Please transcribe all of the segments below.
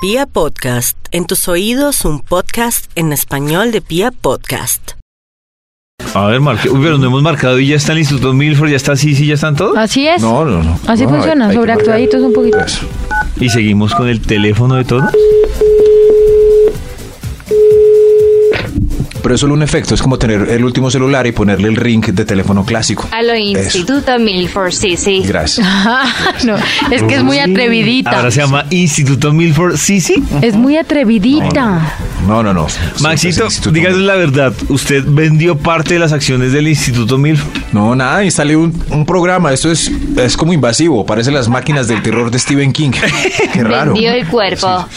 Pia Podcast, en tus oídos un podcast en español de Pia Podcast. A ver, marque, uy, pero no hemos marcado y ya está el Instituto Milford, ya está Sisi, ya están todos. Así es. No, no, no. Pues, Así No, funciona, hay- hay que sobreactuaditos un poquito. marcar Eso. Y seguimos con el teléfono de todos. Pero es solo un efecto, es como tener el último celular y ponerle el ring de teléfono clásico. A lo Instituto Milford, sí, sí. Gracias. Ah, no, es que es muy atrevidita. Ahora se llama Instituto Milford Sisi. Es muy atrevidita. No, no, no. Maxito, Es el Instituto díganos la verdad, ¿usted vendió parte de las acciones del Instituto Milford? No, nada, instalé un, un programa. Esto es, es como invasivo. Parece las máquinas del terror de Stephen King. Qué raro. Vendió el cuerpo.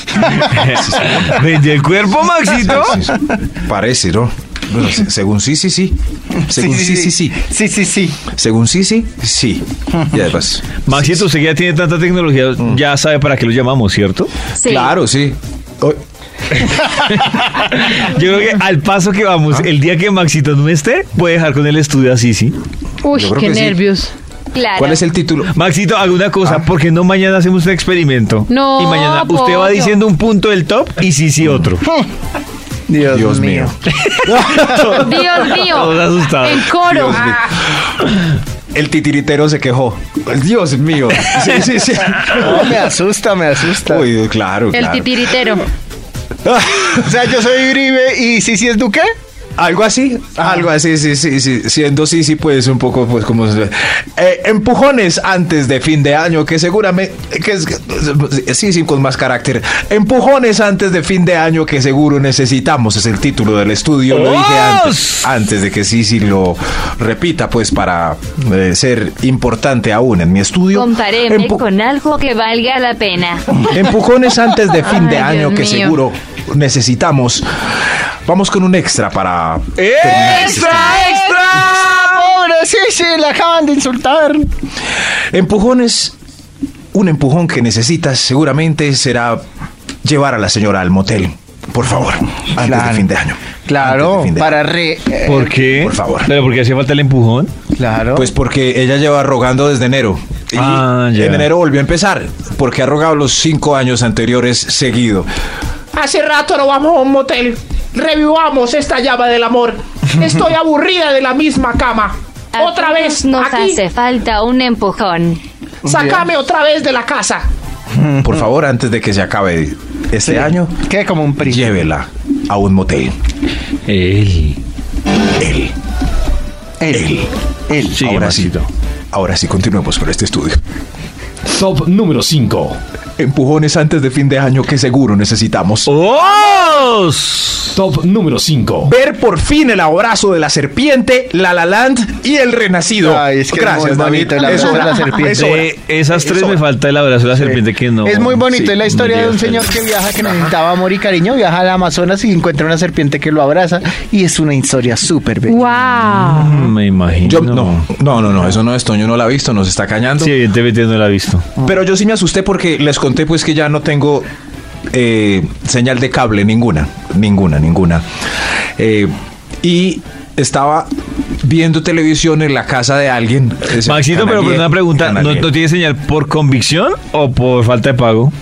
¿Vendió el cuerpo, Maxito? Sí, sí. Parece, ¿no? Bueno, se- según sí, sí, sí. Según sí, sí, sí. Sí, sí, sí. Según sí, sí, sí. Y además. Maxito, usted que ya tiene tanta tecnología, Mm. ya sabe para qué lo llamamos, ¿cierto? Sí. Claro, sí. O- Yo creo que al paso que vamos, Ah. el día que Maxito no esté, puede dejar con el estudio a Sisi. Uy, Yo creo qué que sí. nervios. Claro. ¿Cuál es el título? Maxito, haga una cosa, Ah. porque no mañana hacemos un experimento? No, Y mañana usted va pollo. diciendo un punto del top y sí, sí, otro. Dios, Dios mío. mío. Dios mío. Todos asustados. El coro. Ah, Dios mío. El titiritero se quejó. Dios mío. Sí, sí, sí. No, me asusta, me asusta. Uy, claro, El claro. titiritero. O sea, yo soy Uribe y sí, sí es Duque. Ah. Algo así, algo así, sí, sí, sí. Siendo sí, sí, pues un poco, pues como... eh, empujones antes de fin de año, que seguramente... Que es, sí, sí, con más carácter. Empujones antes de fin de año que seguro necesitamos, es el título del estudio. Lo dije antes, antes de que sí, sí lo repita, pues para eh, ser importante aún en mi estudio. Compáreme Empu- con algo que valga la pena. Empujones antes de fin de Ay, año Dios que mío. seguro necesitamos. Vamos con un extra para. terminar este tema. ¡Extra! ¡Pobre! Sí, sí, la acaban de insultar. Empujones. Un empujón que necesitas seguramente será llevar a la señora al motel. Por favor, antes de fin de año. Antes de Claro, fin de para re. eh, ¿Por qué? por favor. ¿Pero por qué hacía falta el empujón? Claro. Pues porque ella lleva rogando desde enero. Y Ah, ya. en enero volvió a empezar, porque ha rogado los cinco años anteriores seguido. Hace rato no vamos a un motel. Revivamos esta llama del amor. Estoy aburrida de la misma cama. A Otra todos vez, Nos aquí, hace falta un empujón. sacame otra vez de la casa. Por favor, antes de que se acabe este año, ¿Qué como un pri? llévela a un motel. Él. Él. Él. Él. Sigue, ahora sí. Maxito. Ahora sí, continuemos con este estudio. Top número 5. Empujones antes de fin de año que seguro necesitamos. Oh. ¡Os! Top número 5. Ver por fin el abrazo de la serpiente, la la land y el renacido. Ay, es que es Gracias, muy David. bonito el abrazo Es de la hora, serpiente. es hora. De esas tres Es hora. me falta el abrazo de la serpiente que no. es muy bonito, Sí, es la historia no de un llega señor hasta que el- viaja, que necesitaba amor y cariño, viaja al Amazonas y encuentra una serpiente que lo abraza y es una historia súper bella. Wow. Mm, Me imagino. Yo- no, no, no, no, eso no es Toño, no la ha visto, nos está cañando. Sí, evidentemente no la ha visto. Pero yo sí me asusté porque les conté pues que ya no tengo eh, señal de cable ninguna, ninguna, ninguna. Eh, y estaba viendo televisión en la casa de alguien. Ese Maxito, pero canal por una 10, pregunta, canal ¿no, 10. no tiene señal por convicción o por falta de pago?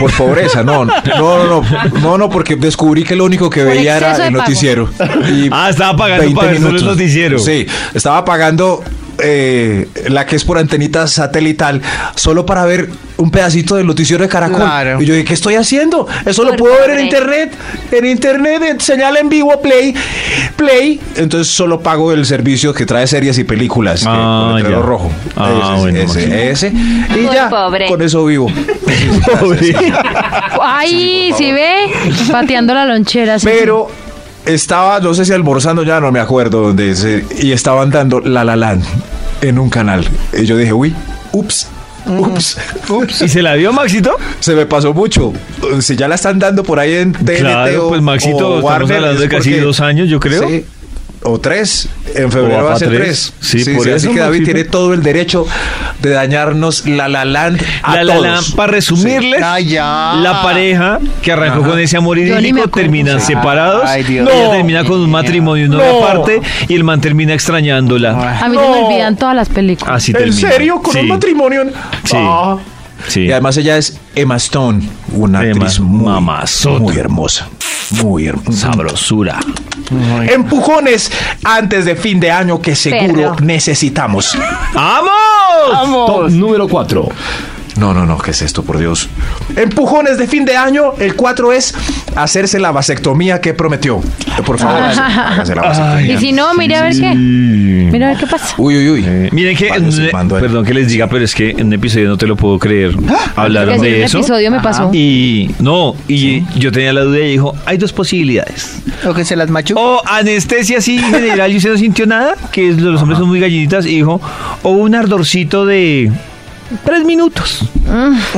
Por pobreza, no, no, no, no, no, no, porque descubrí que lo único que veía exceso era de el pago. noticiero. Y Ah, estaba pagando para ver solo el noticiero. Sí, estaba pagando eh, la que es por antenita satelital solo para ver un pedacito del noticiero de Caracol. Claro. Y yo dije, ¿qué estoy haciendo? Eso lo Por puedo ver en pobre. internet, en internet, en señal en vivo, play, play. Entonces solo pago el servicio que trae series y películas. eh, Ah, con el letrero ya. rojo. Ah, ese, bueno, Maxito. ese, ese. Y Por ya, pobre. con eso vivo. Ay, ¿sí ve? Pateando la lonchera. sí, Pero estaba, no sé si almorzando ya, no me acuerdo dónde, se- y estaban dando La La Land en un canal. Y yo dije, uy, ups, ups, ups. ¿Y se la vio, Maxito? Se me pasó mucho. Si ya la están dando por ahí en TNT Claro, o- pues, Maxito, o estamos hablando es de casi porque- dos años, yo creo. Sí, o tres. En febrero O va a APA ser tres. tres. Sí, por eso, así que David Maxito. tiene todo el derecho de dañarnos La La Land a la, la, todos. la, para resumirles, Ah, ya. la pareja que arrancó Ajá. con ese amor ni me idílico acuerdo. terminan Sí. separados. Ay, Dios. Ella No. termina con un matrimonio y una No. parte y el man termina extrañándola. A mí se me olvidan todas las películas. Así ¿En termina. serio? ¿Con Sí. un matrimonio? Sí. Ah, Sí. Y además ella es Emma Stone, una Emma, actriz muy, mamazota. muy hermosa. Muy hermosa. Sabrosura. Empujones antes de fin de año que seguro Perro. necesitamos. ¡Vamos! Top número 4. No, no, no, ¿qué es esto, por Dios? Empujones de fin de año. El 4 es hacerse la vasectomía que prometió. Por favor, hágase la vasectomía. Y si no, mira a ver qué. Mira a ver qué pasa. Uy, uy, uy. Miren que, Vale, sí, mando ahí. perdón que les diga, pero es que en un episodio no te lo puedo creer. Hablaron Es que en de un eso. episodio me pasó. Y no, y yo tenía la duda y dijo, hay dos posibilidades. O que se las machuca. O anestesia así general y usted no sintió nada, que es- los hombres son muy gallinitas, y dijo, o un ardorcito de tres minutos.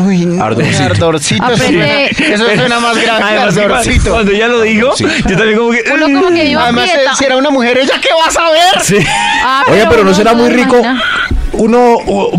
Uy, Oh, Ardorcito. ardorcito. Ah, Aprende- sí. Eso suena más grave. que Además, que cuando, ardorcito. cuando ella lo dijo, yo también como que... Uno como que yo Además, aprieta. si era una mujer, ¿ella qué va a saber? Sí. Ah, Oye, pero no uno será muy lo rico imagina. uno uh,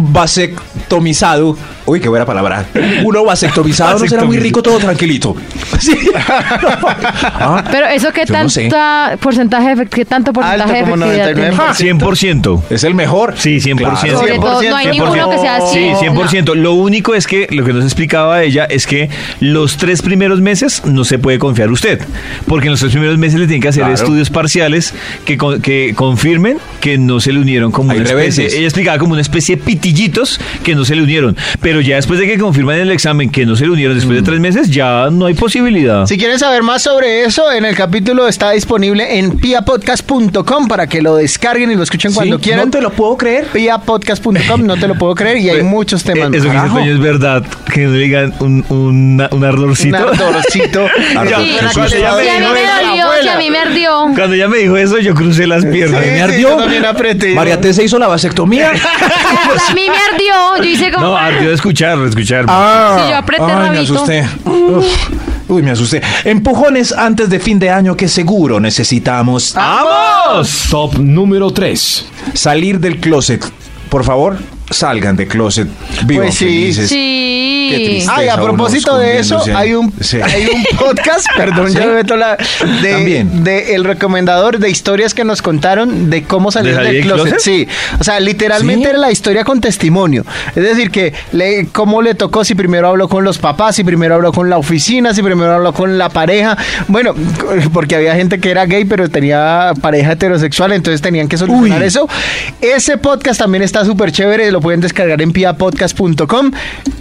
vasectomizado. Uy, qué buena palabra. Uno vasectomizado no será muy rico todo tranquilito. Sí. Ah, Pero eso qué Yo no sé. tanta porcentaje de efect- qué tanto porcentaje Alto, de como efectividad tiene? 99%. 100%. es el mejor. Sí, 100%. Claro. Sobre todo, no hay 100%. ninguno que sea así. Sí, 100%. Lo único es que lo que nos explicaba ella es que los tres primeros meses no se puede confiar usted, porque en los tres primeros meses le tienen que hacer Claro. estudios parciales que, con- que confirmen que no se le unieron como Hay una especie. reveses. Ella explicaba como una especie de pitillitos que no se le unieron, pero ya después de que confirman en el examen que no se le unieron Mm. después de tres meses, ya no hay posibilidad. Si quieren saber más sobre eso, en el capítulo está disponible en piapodcast.com para que lo descarguen y lo escuchen cuando Sí, quieran. No te lo puedo creer. piapodcast.com, no te lo puedo creer, y hay Eh, muchos temas. eh, Eso que dice Carajo. Toño es verdad, que no le digan un, un, un Un ardorcito. ardorcito. Ya, Sí, Jesús, si ella a me mí dijo me eso. dolió, si a mí me ardió. Cuando ella me dijo eso, yo crucé las piernas. Sí, me sí, ardió. yo también apreté. María T se hizo la vasectomía. A mí me ardió. Yo hice como. No, ah, ardió de escuchar, de escuchar. Ah, Sí, yo apreté ay, me rabito. asusté. Uf, uy, me asusté. Empujones antes de fin de año que seguro necesitamos. Ah. ¡Vamos! Top número 3. Salir del closet. Por favor, salgan del closet. Vivan Pues sí. felices. Sí. Qué triste. Ay, a Unos propósito de eso, escondiéndose ahí. hay un, Sí. hay un podcast, perdón, ¿Sí? yo me meto la, de, También. de el recomendador de historias que nos contaron de cómo salir, salir del del closet. closet? Sí, o sea, literalmente ¿Sí? era la historia con testimonio. Es decir, que le, cómo le tocó, si primero habló con los papás, si primero habló con la oficina, si primero habló con la pareja. Bueno, porque había gente que era gay, pero tenía pareja heterosexual, entonces tenían que solucionar Uy. eso. Ese podcast también está súper chévere, lo pueden descargar en piapodcast.com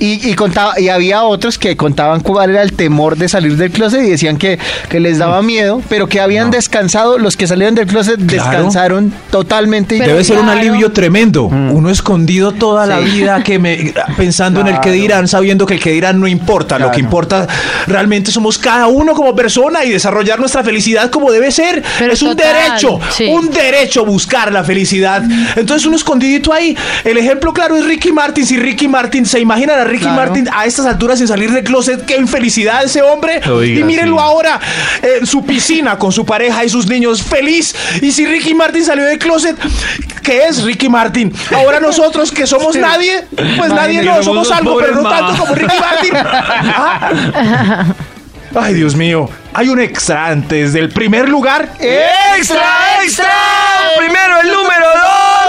y, y, contaba, y había otros que contaban cuál era el temor de salir del closet y decían que, que les daba miedo, pero que habían descansado, los que salieron del closet descansaron totalmente. y- Pero Debe ser un claro. alivio tremendo. Uno escondido toda la Mm. Sí. vida que me, pensando en el que Claro. dirán, sabiendo que el que dirán no importa. Lo Claro. que importa realmente somos cada uno como persona y desarrollar nuestra felicidad como debe ser. Pero es un total, derecho, sí. un derecho buscar la felicidad. Entonces uno escondidito ahí. El ejemplo claro es Ricky Martin. Si Ricky Martin, ¿se imaginan a Ricky Claro. Martin a estas alturas sin salir del closet? ¡Qué infelicidad ese hombre! Oiga, y mírenlo sí. ahora en su piscina con su pareja y sus niños feliz. Y si Ricky Martin salió del closet, ¿qué es Ricky Martin? Ahora nosotros que somos nadie, pues nadie que no, somos somos los algo, pero no pobres tanto más. como Ricky Martin. Ah. Ay, Dios mío, hay un extra antes del primer lugar. ¡Extra, extra! Primero el número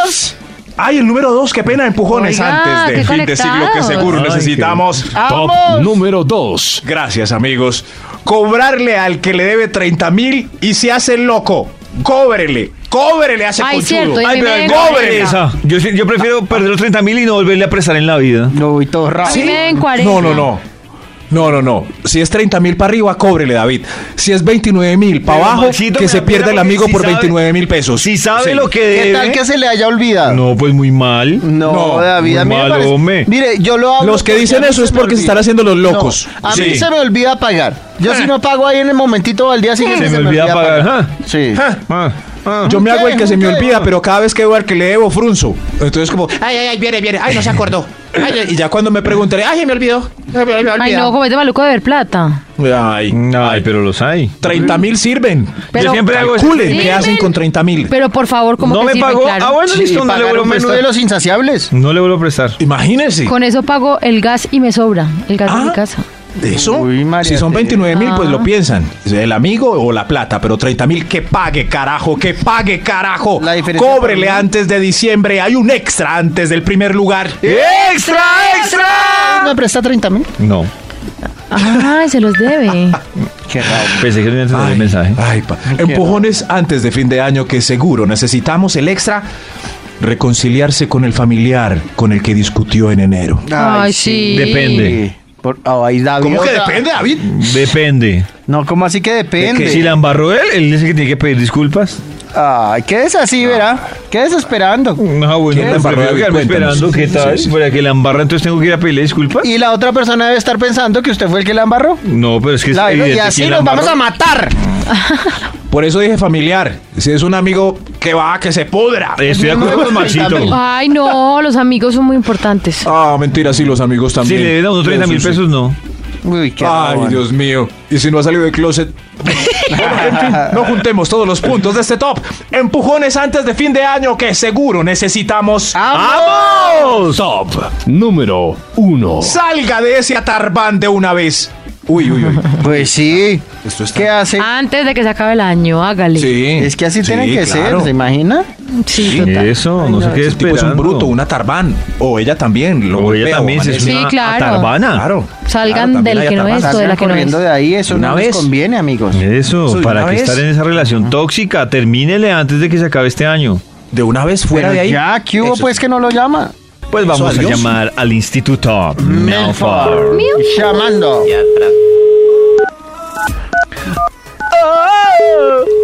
dos. Ay, el número dos, qué pena, empujones Oiga, antes qué del fin de siglo que conectados. seguro Ay, qué- necesitamos. Top número 2. Gracias, amigos. Cobrarle al que le debe 30 mil y se hace loco. Cóbrele, cóbrele, hace Ay, conchudo. cierto, y Ay, me pero ven- cóbrele. Esa. Yo, sí- yo prefiero Ah. perder los 30 mil y no volverle a prestar en la vida. No, y todo raro. Sí. me den 40. No, no, no. No, no, no. Si es 30 mil para arriba, cóbrele, David. Si es 29 mil para Pero, abajo, Maxito, que me se da pierda pena porque el amigo si por sabe- 29 mil pesos. Si sabe Sí. lo que ¿Qué debe. tal que se le haya olvidado? No, pues muy mal. No, No, David, a mí muy me mal, parece- hombre. Mire, yo lo hablo Los que porque dicen a mí eso es me porque se olvida. están haciendo los locos. No, a mí Sí. se me olvida pagar. Yo si no pago ahí en el momentito al día siguiente Se me olvida pagar. Ah. Sí. Ah, ah. Yo me hago el que se me Ok, ok. olvida, pero cada vez que veo al que le debo, frunzo. Entonces, como. Ay, ay, ay, Eh, viene, viene. Ay, no se acordó. Ay, Y ay, ya cuando me preguntaré, ay, ay, me olvidó. Ay, me olvidó. Ay, no, comete maluco de ver plata. ay, Ay, pero los hay. 30 mil sirven. yo Pero- siempre hago eso. Calculen qué Sirven. hacen con 30 mil. Pero por favor, como No que me sirve, pagó. claro. Ah, bueno, Sí, listo, no le pagar vuelvo un a menú de prestar. los insaciables. No le vuelvo a prestar. Imagínense. Con eso pago el gas y me sobra. El gas de Ah. mi casa. Eso, Uy, María si son Teresa. 29 mil, pues Ah. lo piensan. El amigo o la plata, pero 30 mil, que pague, carajo, que pague, carajo. La diferencia Cóbrele también. antes de diciembre, hay un extra antes del primer lugar. ¿Eh? ¡Extra, extra! ¿Me presta 30 mil? No, Ay, se los debe. Qué raro. pensé que no iba a entender el mensaje. ay, pa- Empujones antes de fin de año que seguro necesitamos el extra. Reconciliarse con el familiar con el que discutió en enero. Ay, sí. Depende. Sí. Por, oh, ahí David. ¿Cómo que otra- depende, David? Depende. No, ¿cómo así que depende? Si la embarró él, él dice que tiene que pedir disculpas. Ay, ¿qué es así, verá? ¿Qué desesperando? No, bueno, ¿Quién la prefiero embarró, David? quedarme Cuéntanos. esperando que tal. Sí, sí. Para que la embarra, entonces tengo que ir a pedirle disculpas. Y la otra persona debe estar pensando que usted fue el que la embarró. No, pero es que es La- evidente y quién así la nos vamos embarró. a matar. Por eso dije familiar. Si es un amigo que va, que se pudra. Estoy de acuerdo con Maxito. Ay, no, los amigos son muy importantes. Ah, mentira, sí, los amigos Si también. le deben a uno 30 mil Sí, sí, sí. pesos, no. Uy, qué Ay, rabón. Dios mío. Y si no ha salido de closet. Bueno, en fin, no juntemos todos los puntos de este top. Empujones antes de fin de año que seguro necesitamos. Ah, ¡Vamos! Top número 1. Salga de ese atarbán de una vez. Uy, uy, uy. Pues sí. Esto está- ¿Qué hace? Antes de que se acabe el año, hágale. Sí, Sí. Es que así Ah. sí, tiene que claro. ser, ¿se imagina? total. Eso, no sé qué Ese tipo es esperando. un bruto, un atarbán. O ella también. Lo O ella golpea, también se es amanece. Sí, una claro. atarbana. Claro. Salgan Claro, también del hay que no es, atarbanes. o de la que no es. corriendo de ahí, eso Una no vez. les conviene, amigos. Eso, Soy para una que vez. estar en esa relación tóxica, termínele antes de que se acabe este año. De una vez fuera Pero de ahí. Ya, ¿qué hubo Eso pues que no lo llama? Pues vamos a adiós. llamar al Instituto Melfar. Llamando.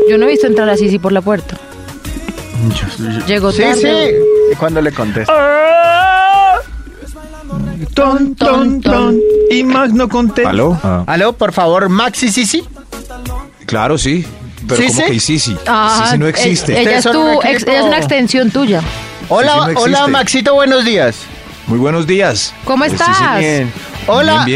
Yo no he visto entrar así, sí, por la puerta. Llegó Sí, tarde. sí. Cuando le contesta. Ton, ton, ton. Y Max no contesta. ¿Aló? Ah. Aló, por favor, Maxi, sí, sí. Claro, sí. Pero Sí, como sí. que Sisi. Ah, Sisi no existe. eh, Ella es, Ustedes son tu- un ex- equipo. ella es una extensión tuya. Hola, Sí, sí, no hola, existe. Maxito, buenos días. Muy buenos días. ¿Cómo Pues, estás? Hola, Bien,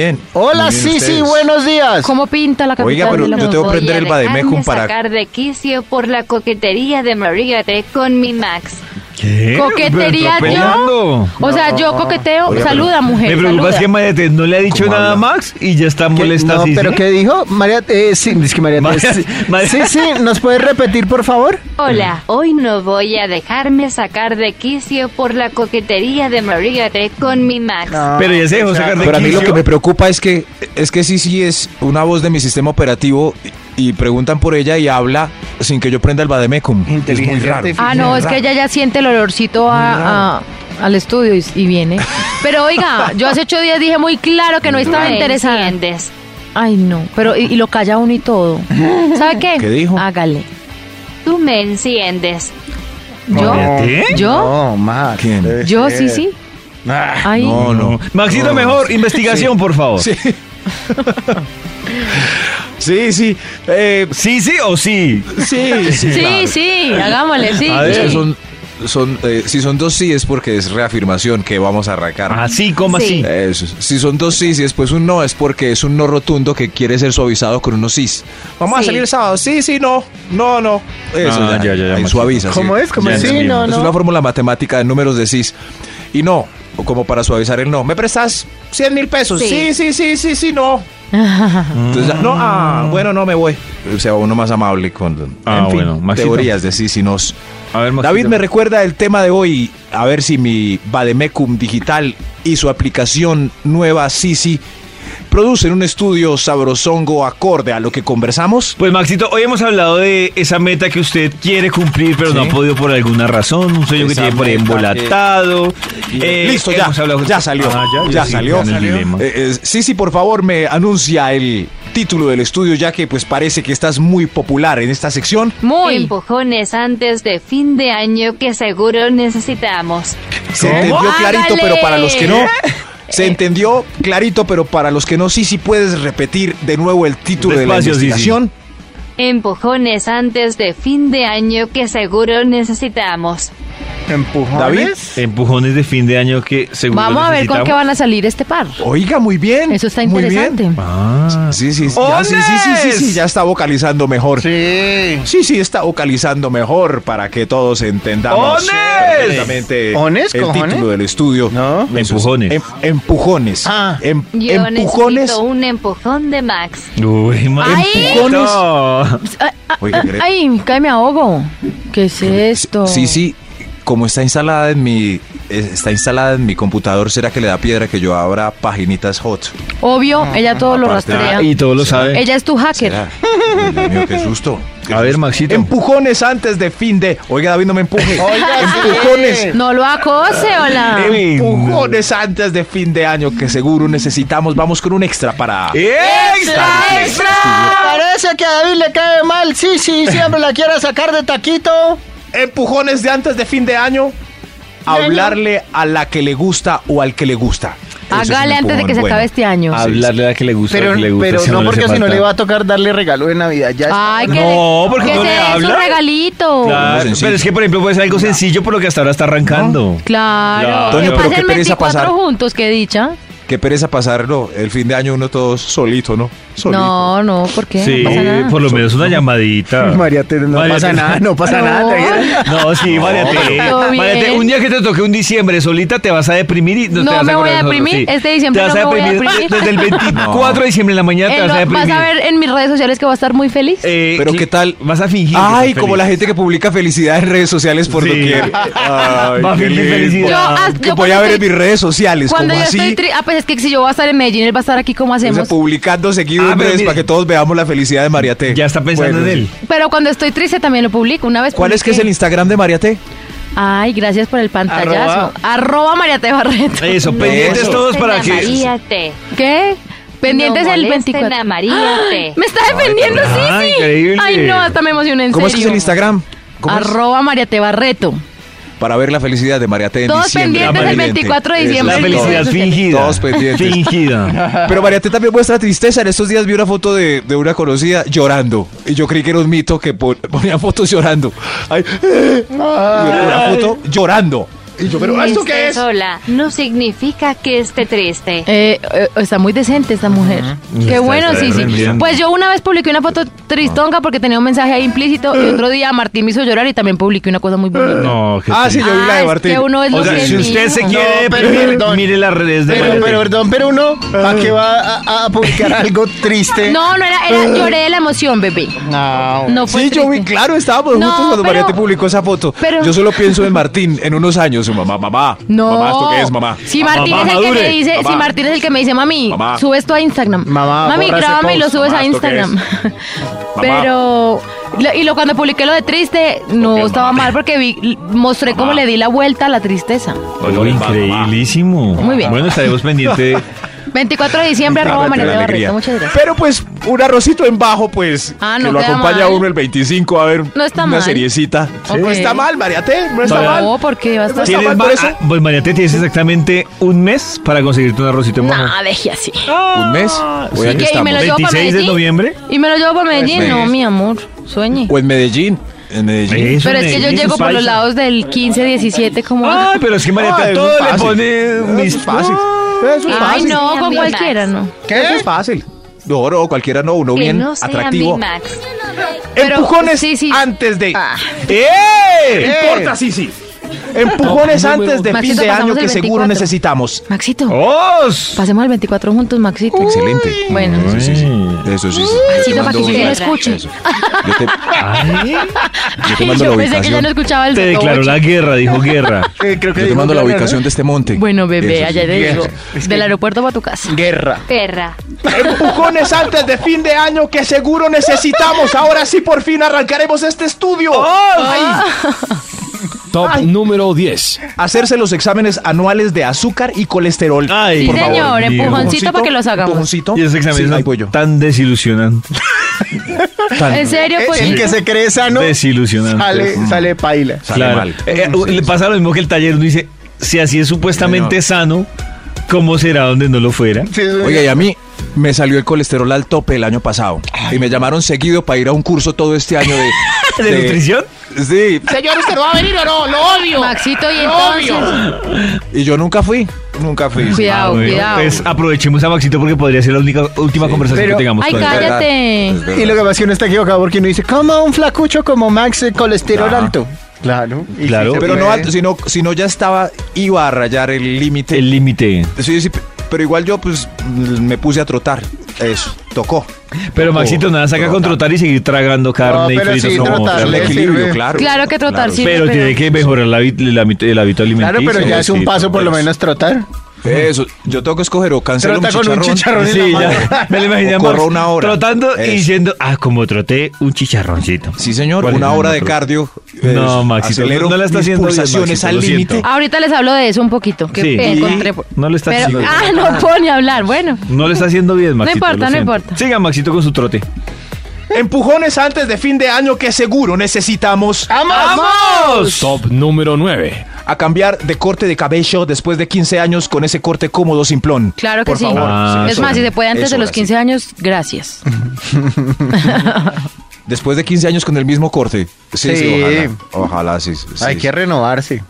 bien. Hola, Muy bien, sí, sí, ustedes. buenos días. ¿Cómo pinta la capital Oiga, pero de la yo tengo que Mongolia? prender el Bademecum Dejarme para. sacar de quicio por la coquetería de María de con mi Max. ¿Qué? ¿Coquetería Pero yo? peleando. O sea, yo coqueteo. saluda, mujer. Me preocupa es saluda. que María Teresa no le ha dicho ¿Cómo nada a habla? Max y ya está ¿Qué? molesta. no, Sisi. pero ¿qué dijo? María, eh, sí, es que María, María- sí, María- sí, sí, ¿nos puedes repetir, por favor? Hola, hoy no voy a dejarme sacar de quicio por la coquetería de María de con mi Max. Pero ya se dejó sacar de Pero a mí lo que quicio. me preocupa es que es que Sisi es una voz de mi sistema operativo y y preguntan por ella y habla sin que yo prenda el Bademecum. Es muy Inteligencia raro. artificial. Ah, no, es que ella ya siente el olorcito a- a- al estudio y, y viene. Pero oiga, yo hace ocho días dije muy claro que no estaba Me interesada. entiendes. Ay, no. Pero y, y lo calla uno y todo. ¿Sabe qué? ¿Qué dijo? Hágale. Tú me enciendes. ¿Yo? ¿María T? ¿Yo? No, Max. ¿Quién? debe ¿Yo? ser. Sí, sí. Ah, Ay, No, no. Maxito, No. mejor investigación, por favor. Sí. Sí. sí, sí. eh, sí, o sí. sí, sí. sí, claro. Ah, sí, hagámosle, sí. A Es ver. que sí. son, son, eh, si son dos sí es porque es reafirmación que vamos a arrancar. Así como así. Sí. Eso. Si son dos sís y después un no, es porque es un no rotundo que quiere ser suavizado con unos sís. Vamos a Sí. salir el sábado. Sí, sí, no. No, no. Eso, Ah, ya, ya, ya, Ahí Maxito. suaviza. ¿Cómo sí. es? ¿Cómo Ya es? Sí, entendí. no, Es no. una fórmula matemática de números de sís. Y no, o como para suavizar el no. ¿Me prestas 100 mil pesos? Sí. Sí, sí, sí, sí, sí, no. Entonces, ya, no, ah, bueno, no me voy. O sea, uno más amable con Ah, bueno, Maxito. teorías de sís y nos. A ver, Maxito. David me recuerda el tema de hoy, a ver si mi Bademecum Digital y su aplicación nueva Sisi producen un estudio sabrosongo acorde a lo que conversamos. Pues Maxito, hoy hemos hablado de esa meta que usted quiere cumplir pero no ha Sí. podido por alguna razón, un sueño que Esa tiene por ahí meta embolatado. Eh, Listo, ya, hemos hablado- ya salió, Ah, ya, sí, salió. en el dilema. Eh, eh, Sisi, por favor, me anuncia el título del estudio, ya que pues parece que estás muy popular en esta sección. Muy. Empujones antes de fin de año que seguro necesitamos. Se entendió clarito, ¡Hágale! pero para los que no. Se entendió clarito, pero para los que no, Sisi, puedes repetir de nuevo el título Despacio, de la Sisi. investigación. Empujones antes de fin de año que seguro necesitamos. ¿Empujones? David. Empujones de fin de año que seguro Vamos a ver con qué necesitamos. van a salir este par. Oiga, muy bien. Eso está Oh, muy bien. interesante. Ah, Sí, sí, ya, sí, sí, sí, sí, sí, ya está vocalizando mejor. Sí. Sí, sí, está vocalizando mejor para que todos entendamos ¡Ones! perfectamente ¿Ones, el cojones? título del estudio. ¿No? Eso es, Empujones. em- empujones. Ah. Em- Yo empujones. necesito un empujón de Max. Uy, ¡Ay! No. Ah, ah, Oiga, ¿qué le- Ay, cae me ahogo. ¿Qué es esto? Sí, sí. Como está instalada en mi eh, está instalada en mi computador, ¿será que le da piedra que yo abra paginitas hot? Obvio, ella todo lo Ah, Aparte- rastrea. Ah, y todo lo sabe. Ella es tu hacker. ¿Será? Uy, Dios mío, qué susto. Qué A ver, susto. Maxito. Empujones antes de fin de. Oiga, David, no me empuje. empujones. No lo acose, hola. Empujones antes de fin de año que seguro necesitamos. Vamos con un extra para. ¡Extra! Parece que a David le cae mal. Sí, sí, siempre la quiere sacar de taquito. Empujones de antes de fin de año. Hablarle a la que le gusta o al que le gusta. Eso es un Hágale antes de que se empujón acabe bueno. este año. Hablarle a la que le gusta, a Pero, la que le gusta. pero no, le hace porque si no falta. le va a tocar darle regalo de Navidad. Ya Ah, está. Ay, que No, le- porque que no se le dé su habla. regalito. Claro. Claro, sencillo. pero es que, por ejemplo, puede ser algo sencillo, pero que hasta ahora está arrancando. Claro. Toño, que pero pasen qué pereza 24 pasar. juntos, qué dicha. Qué pereza pasarlo. El fin de año uno todos solito, ¿no? Solito. No, no, ¿por qué? Sí, no pasa nada. por lo menos una llamadita. María Teresa, no María pasa Teresa. nada, no pasa Ah, No. nada. No, sí, María Teresa. todo María bien. Teresa, un día que te toque un diciembre solita, te vas a deprimir y no, No te vas me a voy a acordar de nosotros, deprimir. sí. Este diciembre te vas no a me voy a deprimir. deprimir. Desde el 24 de diciembre en la mañana te Eh, vas a lo- vas deprimir. a ver en mis redes sociales que va a estar muy feliz. Eh, Pero cl- qué tal. Vas a fingir. que Ay, estás como la feliz. gente que publica felicidad en redes sociales por Sí. doquier. Ay, Va a qué fingir lindo. felicidad. Yo, ah, Que yo voy a cuando ver en estoy- mis redes sociales. Cuando como yo así. estoy triste, ah, pues es que si yo voy a estar en Medellín, él va a estar aquí, ¿cómo Entonces, hacemos? publicando seguido Ah, en pero redes mire. para que todos veamos la felicidad de María T. Ya está pensando Bueno, en él. Pero cuando estoy triste también lo publico. Una vez ¿Cuál es que es el publiqué- Instagram de María T? Ay, gracias por el pantallazo. Arroba, María T. Barreto. Eso, pendientes eso. pues, este todos para que. María T. ¿Qué? Pendientes No el molesten 24. a María T. Me está defendiendo, sí, Ah, sí. increíble. Ay, no, hasta me emocioné en ¿Cómo es que serio. es el Instagram? ¿Cómo es? Arroba María T. Barreto. Para ver la felicidad de María T en Todos diciembre. pendientes del Evidente. 24 de Eso, diciembre. La en felicidad redes sociales. fingida. Todos pendientes. Fingida. Pero María T también muestra tristeza. En estos días vi una foto de, de una conocida llorando. Y yo creí que era un mito que pon- ponía fotos llorando. Ay, eh, una foto llorando. Y yo, pero ¿esto qué Esté es? sola no significa que esté triste. Eh, eh, está muy decente esta mujer. Qué Está- bueno, está sí, sí. rendiendo. Pues yo una vez publiqué una foto tristonga porque tenía un mensaje ahí implícito y otro día Martín me hizo llorar y también publiqué una cosa muy bonita. No, qué Ah, sí, yo vi la Ah, de es Martín. que uno es lo O sea, que si es usted se mío. quiere No, pero deprimir, perdón. mire las redes de Pero, María pero, T. perdón, pero uno, Ah. ¿para qué va a, a publicar algo triste? No, no era, era lloré de la emoción, bebé. No. No fue Eh. Sí, yo vi, triste. claro, estábamos No, juntos cuando pero- María te publicó esa foto. pero- yo solo pienso en Martín en unos años. Su mamá, mamá. No. Mamá, ¿esto qué es, mamá? Si Martín Mamá, es el que madure. me dice, si Mamá. Martín es el que me dice, mami, Mamá. sube esto a Instagram. Mamá, mami, borra ese grábame y lo post. subes Mamá, a ¿esto qué Instagram. Pero lo- y lo cuando publiqué lo de triste, no estaba mal porque vi, mostré cómo le di la vuelta a la tristeza. Oye, increíblísimo. Muy bien. Bueno, estaremos pendientes. 24 de diciembre, arroba Claro, María la Eva alegría. Barreto. Muchas gracias. Pero pues un arrocito en bajo, pues Ah, que no lo queda acompaña mal. uno el 25 a ver No está una mal. seriecita. Sí. No está mal, Mariate, no está No. mal. No, porque va a estar. Sí, ¿Tienes mal por ma- eso? ah, Pues María T, tienes exactamente un mes para conseguirte un arrocito en bajo. Nah, deje así. Un mes. ¿Y Oye, aquí qué? ¿Y me estamos. lo llevo para 26 de Medellín? noviembre. ¿Y me lo llevo para Medellín? Pues, No, mes. mi amor. Sueñe. O en Medellín. En Medellín. Eso, Pero es que yo Medellín, llego por los paisa. lados del 15, 17, como. Ay, pero es que María Ah, T es todo le fácil. pone Eso mis es fácil. Eso es Ay, fácil. no, eh. con Mira, cualquiera, mi no. ¿Qué? Eso es fácil. No, no, cualquiera no, uno que bien no sea atractivo. mi Max. Pero, Empujones sí, Ah. sí. antes de. ¡Eh! No importa, sí, sí. Empujones antes de fin Maxito, de año pasamos que el seguro 24. necesitamos. Maxito, ¡Os! pasemos al 24 juntos, Maxito. Oh. Excelente. Bueno. Sí, sí, sí. Eso sí. sí. sí, Yo te para que mando- yo lo escuche. Eso. Yo te, Ay, yo te Ay, mando yo pensé que ya la ubicación. no escuchaba el te Totoboche. declaró la guerra, dijo guerra. Eh, creo que Yo te dijo mando la guerra, ubicación de este monte. Bueno, bebé, Eso sí. allá te digo. Es Del que- aeropuerto para tu casa. ¿no? Guerra. Perra. Empujones antes de fin de año que seguro necesitamos. Ahora sí, por fin arrancaremos este estudio. Oh, Top número 10. Hacerse los exámenes anuales de azúcar y colesterol. Ay, Sí, por favor, señor, Dios. empujoncito para que los hagamos. Empujoncito. Y ese Sí, examen ahí voy es yo. tan desilusionante. ¿En serio? Eh, Pues, el que se cree sano Desilusionante. sale, sale paila. Sale Claro. mal. Eh, eh, le pasa lo mismo que el taller. Uno dice, si así es supuestamente Señor. sano, ¿Cómo será donde no lo fuera? Sí, sí. Oiga, y a mí me salió el colesterol al tope el año pasado. Y me llamaron seguido para ir a un curso todo este año de... ¿De nutrición? Sí, Señor, ¿usted no va a venir o no? Lo odio. Maxito, y Lo odio. entonces. y yo nunca fui. Nunca fui. Cuidado, Bueno, cuidado. Pues aprovechemos a Maxito porque podría ser la única, última conversación Pero- que tengamos Ay, con él. cállate. Es verdad. Y lo que pasa es que uno está equivocado porque uno dice, coma un flacucho como Max, el colesterol Ah. alto. Claro. Y sí Claro. se Pero no, puede. al- sino, sino ya estaba, iba a rayar el límite. El límite. Sí, sí, pero igual yo pues me puse a trotar. Eso, tocó. Pero Tocó, Maxito nada saca con trotar y seguir tragando carne y pero fritos. sí, no, trotar, El claro. le pero, equilibrio, sirve. claro. Claro que trotar sirve, pero- tiene que mejorar la, vi- la mit- el hábito alimenticio. Claro, pero ya es un sí, paso por lo eso. menos trotar. Eso, yo tengo que escoger o cancelo Trota un con un chicharrón. chicharrón en Sí, la mano. ya me lo imaginé a O corro Max una hora. trotando y Eso. diciendo, ah, como troté un chicharroncito. Sí, señor, ¿Cuál es una el hora de otro? cardio. No, Eso, Maxito, acelero no la está mis haciendo bien, pulsaciones Maxito, al lo límite. siento. Ahorita les hablo de eso un poquito. Que Sí. que Y- encontré. No le está Pero- haciendo bien. ah, no puedo ni hablar. Bueno. No le está haciendo bien, Maxito. importa, lo no siento. importa. Siga Maxito con su trote. Empujones antes de fin de año que seguro necesitamos ¡Vamos! Top número 9. a cambiar de corte de cabello después de 15 años con ese corte cómodo simplón. Claro que Por sí. favor, Ah, señor es más, Solano. si se puede antes Es de los hora, sí. 15 años, gracias. Después de 15 años con el mismo corte. Sí, sí, Sí. ojalá. Ojalá, sí. sí, Hay sí. que renovarse.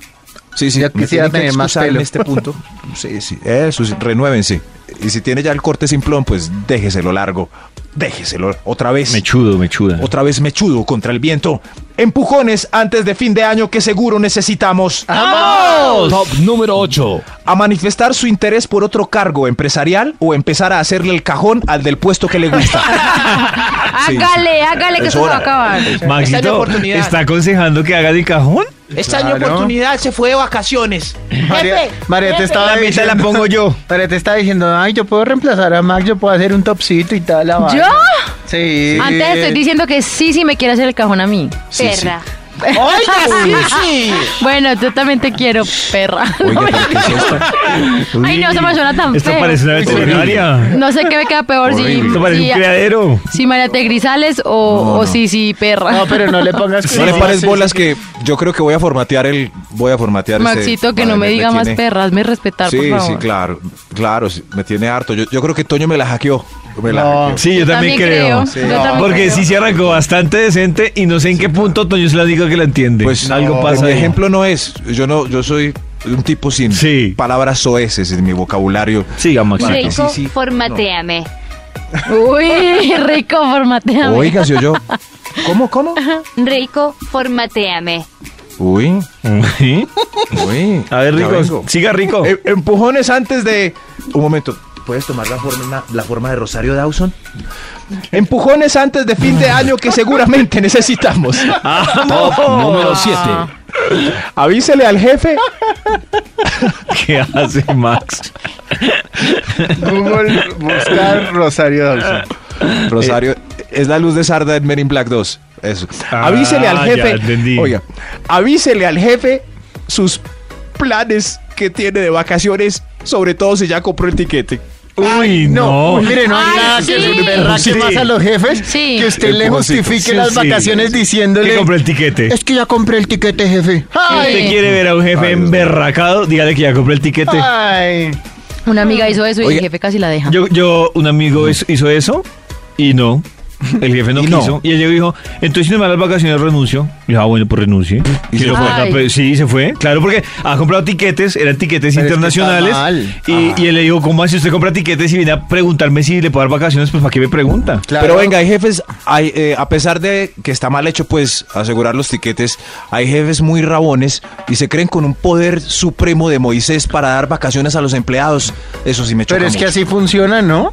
Sí, sí, Ya me quisiera tienen que tener más excusar pelo. en este punto. Sí, sí, eso, sí, renuévense. Y si tiene ya el corte simplón, pues déjeselo largo. Déjeselo otra vez. Mechudo, mechuda. Otra vez mechudo contra el viento. Empujones antes de fin de año que seguro necesitamos. Top número 8. A manifestar su interés por otro cargo empresarial o empezar a hacerle el cajón al del puesto que le gusta. sí. Hágale, hágale que Es eso se va a hora. acabar. Esta es mi Maxito, oportunidad. ¿está aconsejando que haga de cajón? Esta es mi Claro. oportunidad se fue de vacaciones. María, Jefe, María te jefe, estaba diciendo, pongo yo. María te estaba diciendo, ay, yo puedo reemplazar a Max, yo puedo hacer un topcito y tal. La vaina". ¿Yo? Sí. Antes estoy diciendo que sí, sí me quiere hacer el cajón a mí. Sí, sí. Perra. Oiga, sí, sí. Bueno, yo también te quiero, perra. Oiga, pero ¿qué es esto? Ay, no, esa persona tan Esto fea. parece una veterinaria. No sé qué me queda peor si, Esto parece un si, criadero. si María T. Grisales o, o sí, sí, perra. No, pero no le pongas No le cuidado. pares Sí, bolas que yo creo que voy a formatear el... Voy a formatear ese- Maxito, que no Madre, me diga más tiene- perras, me respetar, Sí, por favor. sí, claro, claro, sí, me tiene harto. Yo, yo creo que Toño me la hackeó. Me la No. hackeó. Sí, yo, también creo. Sí. Yo también Porque creo. sí se arrancó bastante decente y no sé en qué punto Toño es la única que la entiende. Pues algo no, pasa. Mi ahí. ejemplo no es, yo no, yo soy un tipo sin Sí. palabras soeces en mi vocabulario. Siga, Maxito. Rico, sí, sí. formateame. Uy, rico, formateame. Oiga, si yo. ¿Cómo, cómo? Rico, formateame. Uy, Ujú. uy. A ver, ya vengo. Rico. Eh, Siga, Rico. Em- empujones antes de. Un momento. ¿Puedes tomar la forma, la forma de Rosario Dawson? Empujones antes de fin de año que seguramente necesitamos. Top número 7. Avísele al jefe. ¿Qué hace Max? Google, buscar Rosario Dawson. Rosario, es la luz de Sarda en Men in Black 2. Eso. Ah, avísele al ya jefe. entendí. Oiga, avísele al jefe sus planes que tiene de vacaciones, sobre todo si ya compró el tiquete. Uy, no. No, mire, no hay Ay, nada que sí. le berraque Sí. más a los jefes Sí. que usted le Empujoncito. justifique Sí, las sí. vacaciones diciéndole. Que compré el tiquete. Es que ya compré el tiquete, jefe. Si usted Ay, quiere ver a un jefe Ay, Dios mío. emberracado, dígale que ya compré el tiquete. ay. Una amiga hizo eso y Oiga, el jefe casi la deja. Yo, yo un amigo es- hizo eso y no. El jefe no Y no. quiso. Y él llegó y dijo, entonces si no me dan las vacaciones renuncio. Y yo, ah, bueno, pues renuncie. Y se lo fue. fue. Ay. Pues sí, se fue. Claro, porque ha comprado tiquetes, eran tiquetes Pero es que internacionales. está mal. y, y él le dijo, ¿cómo así usted compra tiquetes y viene a preguntarme si le puedo dar vacaciones? Pues ¿para qué me pregunta? Claro. Pero venga, hay jefes, hay, eh, a pesar de que está mal hecho, pues asegurar los tiquetes, hay jefes muy rabones y se creen con un poder supremo de Moisés para dar vacaciones a los empleados. Eso sí me choca. Pero es que mucho. así funciona, ¿no?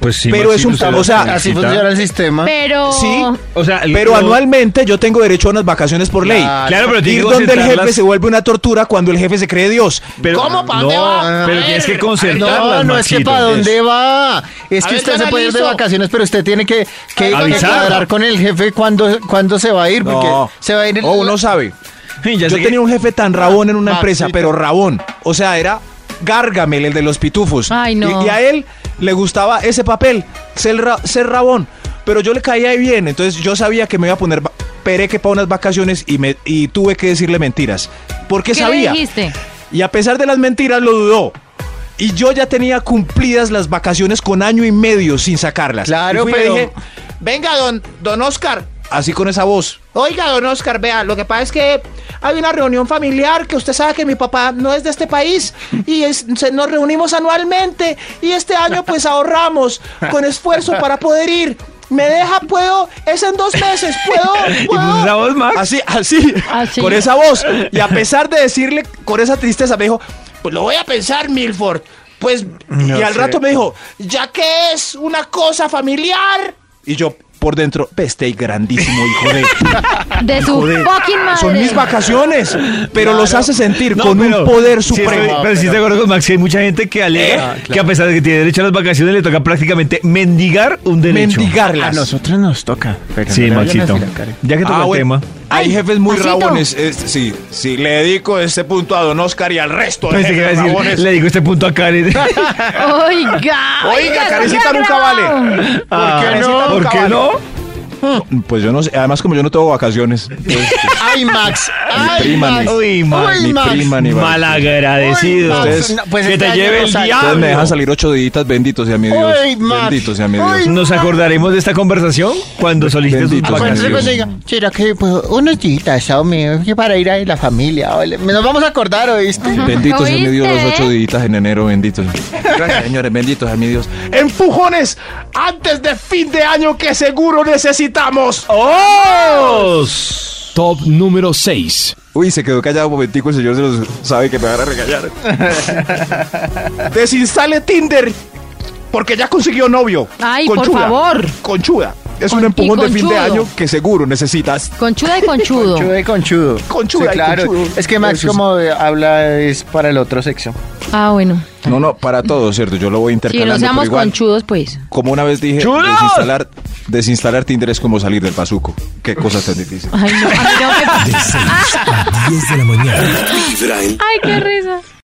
Pues sí, Pero es Maxito, un- usted o sea, la Así solicita. funciona el sistema. Pero... Sí, O sea, el- Pero lo- anualmente yo tengo derecho a unas vacaciones por ley. Claro. Claro, pero tiene que Ir donde el jefe concertarlas, se vuelve una tortura cuando el jefe se cree Dios. pero- ¿Cómo? ¿Pa' dónde no, ah, va? A Pero ver. tienes que No, concertarlas, no es Maxito. que pues. para dónde va. Es A que ver, usted yo se puede ir de analizo. vacaciones, pero usted tiene que, que, Avisar. que cuadrar con el jefe cuándo, cuándo se va a ir. Porque No. se va a ir. O uno sabe. Sí, ya Yo sé que- tenía un jefe tan rabón en una Maxito. empresa, pero rabón. O sea, era Gargamel, el de los pitufos. Ay, no. y, y a él le gustaba ese papel, ser, ra- ser rabón. Pero yo le caía bien, entonces yo sabía que me iba a poner va- pereque para unas vacaciones y, me, y tuve que decirle mentiras. Porque ¿Qué le sabía. dijiste? Y a pesar de las mentiras, lo dudó. Y yo ya tenía cumplidas las vacaciones con año y medio sin sacarlas. Claro, Y fui y le pero- dije, Venga, don, don Oscar. así con esa voz. Oiga, don Oscar, vea, lo que pasa es que hay una reunión familiar que usted sabe que mi papá no es de este país y es- se- nos reunimos anualmente y este año pues ahorramos con esfuerzo para poder ir. ¿Me deja? ¿Puedo? Es en dos meses, ¿puedo? Y puso esa ¿Puedo? voz, Max. Así, así, Así. con esa voz. Y a pesar de decirle con esa tristeza, me dijo, Pues lo voy a pensar, Milford. Pues, y al rato me dijo, ya que es una cosa familiar, y yo por dentro, peste grandísimo, hijo de... De su Joder, fucking madre. Son mis vacaciones, pero los hace sentir No, con pero- un poder sí, estoy- supremo. pero sí estoy de acuerdo con Max, que hay mucha gente que alega que a pesar de que tiene derecho a las vacaciones, le toca prácticamente mendigar un derecho. Mendigarlas. nosotros nos toca. pero Sí, no le vayan a Maxito. decir a Karen. Ya que tocó Ah, el tema. bueno. Hay jefes muy Maxito. rabones. eh, sí, sí, le dedico este punto a Don Oscar y al resto de Pensé que iba a jefes decir, rabones. le digo este punto a Karen. Oiga. Oiga, eso Karencita queda nunca grabado. vale. Ah, no? ¿Por qué no? Pues yo no sé. Además, como yo no tengo vacaciones. pues, Ay, Max. Ay, prima, Max. Uy, Max. Uy, ni Max. prima ni Malagradecido. Uy, Max, no, pues que este te año lleve no el sale. Ustedes me diablo. dejan salir ocho deditas, benditos sea mi Dios. Uy, Max. Bendito sea mi Uy, pues, Dios. Nos acordaremos de esta conversación cuando solicites tus Bendito sea Cuando se Dios. vacaciones. diga, será que pues, unos días, hombre, que para ir a la familia, ole, nos vamos a acordar, ¿oíste? Bendito sea mi Dios, los ¿Oíste? ocho deditas en enero, bendito. Gracias, señores, bendito sea mi Dios. empujones antes de fin de año que seguro necesitamos. ¡Oh! Top número 6. Uy, se quedó callado un momentico, el señor se los sabe que me van a regañar. Desinstale Tinder porque ya consiguió novio. Ay, por favor. Conchuda. Es Con- un y empujón de fin de conchudo. año que seguro necesitas. Conchuda y conchudo. Chudo y conchudo. Conchuda y claro. conchudo. Es que Max, Eso sí. como eh, habla, es para el otro sexo. Ah, bueno. No, no, para todo, ¿cierto? Yo lo voy Si intercalando. no pero seamos igual, conchudos, pues. Como una vez dije, ¡Chulos! desinstalar, desinstalar Tinder es como salir del bazuco. Qué cosa tan difícil. Ay, no, a mí no me- 10 de la mañana. Ay, qué risa.